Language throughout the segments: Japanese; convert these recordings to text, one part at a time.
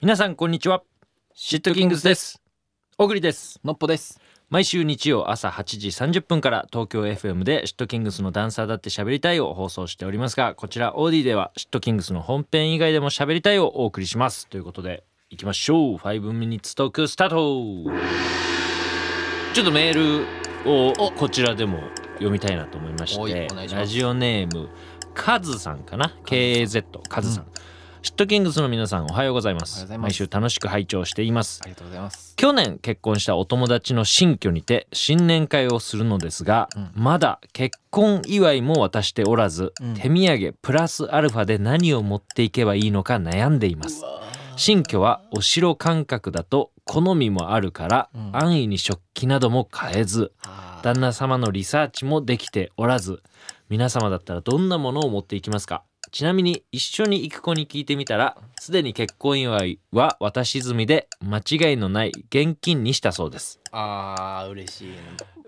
皆さんこんにちはシットキングスです小栗ですのっぽです。毎週日曜朝8時30分から東京 FM でシットキングスのダンサーだって喋りたいを放送しておりますがこちら OD ではシットキングスの本編以外でも喋りたいをお送りしますということでいきましょう5ミニッツトークスタートちょっとメールをおこちらでも読みたいなと思いましおていお願いしますラジオネームカズさんかな KAZ カズさん、シットキングスの皆さんおはようございまおはようすございます毎週楽しく拝聴していますありがとうございます。去年結婚したお友達の新居にて新年会をするのですが、うんまだ結婚祝いも渡しておらず、うん手土産プラスアルファで何を持っていけばいいのか悩んでいます新居はお城感覚だと好みもあるから、うん安易に食器なども買えずあー旦那様のリサーチもできておらず皆様だったらどんなものを持っていきますかちなみに一緒に行く子に聞いてみたらすでに結婚祝いは渡し済みで間違いのない現金にしたそうですあー嬉しいね。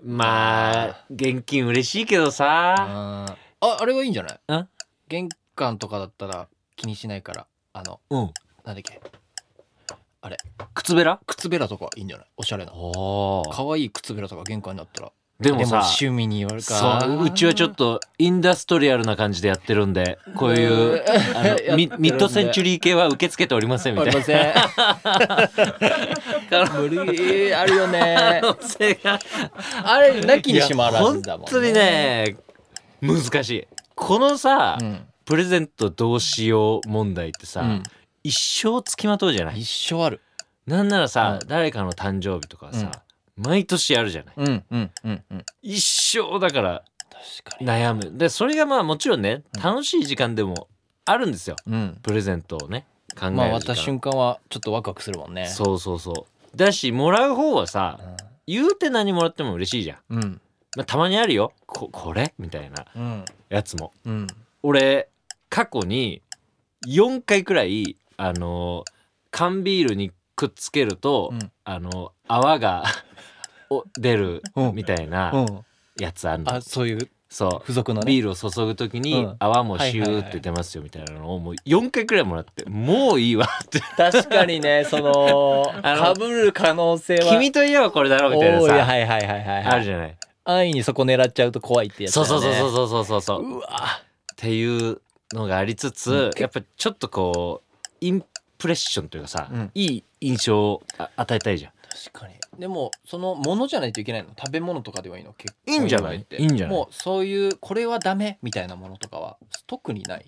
まあ現金嬉しいけどさあーああれはいいんじゃない？ん玄関とかだったら気にしないからあのうんなんだっけ靴べら靴べらとかいいんじゃない？おしゃれな。おー可愛い靴べらとか玄関にあったら。ででもさ趣味によるか。そううちはちょっとインダストリアルな感じでやってるんでこう いう あのミミッドセンチュリリー系は受け付けておりませんみあたい りなません。可無理あるよね。 能性があれなきにしもあらずだもん、いや本当に。ね難しいこのさ、うん。プレゼントどうしよう問題ってさ、うん一生つきまとうじゃない一生ある。なんならさ、うん誰かの誕生日とかさ、毎年やるじゃないうんうんうんうん。一生だから確かに。悩むでそれがまあもちろんねうん楽しい時間でもあるんですようん。プレゼントをね考える時間、まあ渡す瞬間はちょっとワクワクするもんね。そうそうそうだしもらう方はさう言うて何もらっても嬉しいじゃん、ん。うん。まあ、たまにあるよここれみたいなうん。やつもうん。俺過去に4回くらいあの缶ビールにくっつけると、うんあの泡がお出るうんみたいなやつあるの、あ、そういうそ付属のうね。ビールを注ぐ時うにん泡もシューって出ますよみたいなのをもう4回くらいもらってもういいわって確かに ね、その、あの被る可能性は。君といえばこれだろみたいな多いさはいはいはいはい。あるじゃない安易にそこ狙っちゃうと怖いってやつだそうよね。そうそうそうそうそうそうっうわ。ていうのがありつつやっぱちょっとこうインプレッションというかさ、うんいい印象をあ与えたいじゃん確かに。でも、その、ものじゃないといけないの。食べ物とかではいいの。結構いいんじゃないっていいんじゃないもう、そういう、これはダメみたいなものとかは、特にない。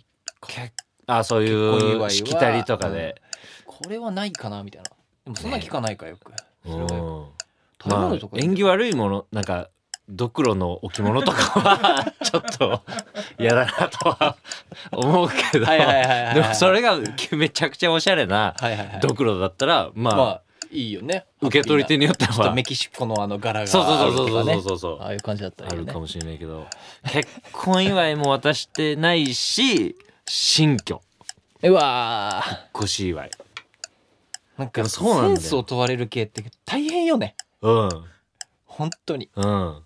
結あそうい結婚祝いうはしきたりとかで、これはないかなみたいな。でも、そんな聞かないか、よく。うんそれはよく食べま物あとか。縁起悪いものなんかドクロの置物とかは ちょっと嫌だなとは思うけどはいはいはいではいはい。もそれがめちゃくちゃおしゃれなはいはいはい。ドクロだったらまあ、まあいいよね。受け取り手によってちょっとはメキシコのあの柄がそうあそうるとそうそかうねそうそうそうああいう感じだったあらいいよるねか。もしれないけど結婚祝いも渡してないし新居うわー越し祝いでなんもかそうなんだセよンスを問われる系って大変よね。うん本当にうん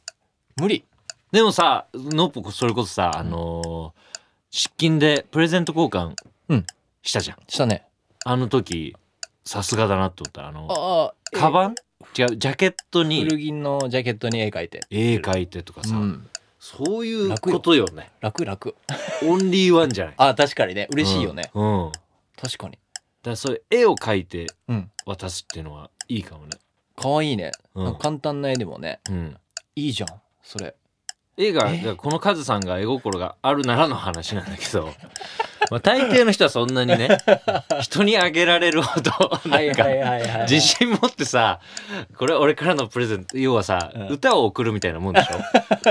無理。でもさノッポそれこそさ、あのー失禁でプレゼント交換うんしたじゃん、したね。あの時さすがだなって思ったあのああ。カバン違うジャケットえ古に着のジャケットに絵描いて。絵描いてとかうさ、ん。そういうことよね楽楽。オンリーワンじゃないああ確かにね 嬉しいよね。うん、うんだか確かに。らそれ絵を描いてうん。渡すっていうのはいいかもね可愛いね。うんなんか簡単な絵でもねうんいいじゃんそれ。絵がえこのカズさんが絵心があるならの話なんだけど まあ大抵の人はそんなに ね人にあげられるほどなんかはいは自信持ってさこれ俺からのプレゼント要はさ、うん歌を送るみたいなもんでしょ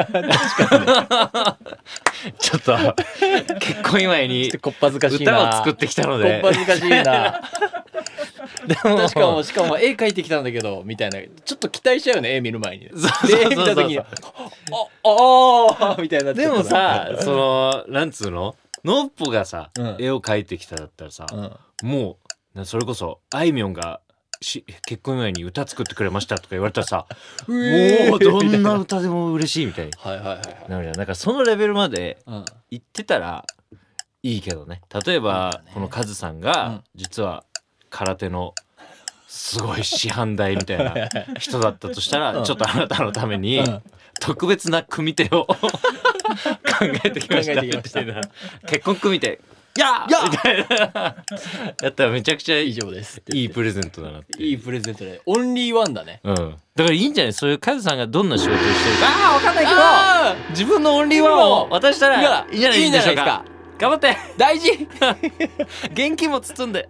ちょっと結婚祝いにちょっとこっぱずかしいな。歌を作ってきたのでこっぱずかしいな。 でも確か もしかも絵描いてきたんだけどみたいなちょっと期待しちゃうよね絵見る前に そうそうそうそうで絵見た時にああーみたいになっちでゃうもさそのなんつうののっぽがさ、うん絵を描いてきただったらさ、うんもうなそれこそあいみょんがし結婚祝いに歌作ってくれましたとか言われたら さもうどんな歌でも嬉しいみたいにはいはいはいはいなるじゃんだからそのレベルまでうん言ってたらいいけどね例えそうばだねこのカズさんうがん実は空手のすごい師範代みたい な人だったとしたら、うんちょっとあなたのためにうん特別な組手を 考えてきました考えてきました結婚組手ややーみたいなやったらめちゃくちゃい以い上ですってい言いってプレゼントだなっていういいプレゼントでオンリーワンだねうん、だからいいんじゃないそういうカズさんがどんな仕事をしてるかああわかんないけど自分のオンリーワンを渡したらいやいいんじゃないでしょうかいいんじゃない頑張って大事 現金も包んで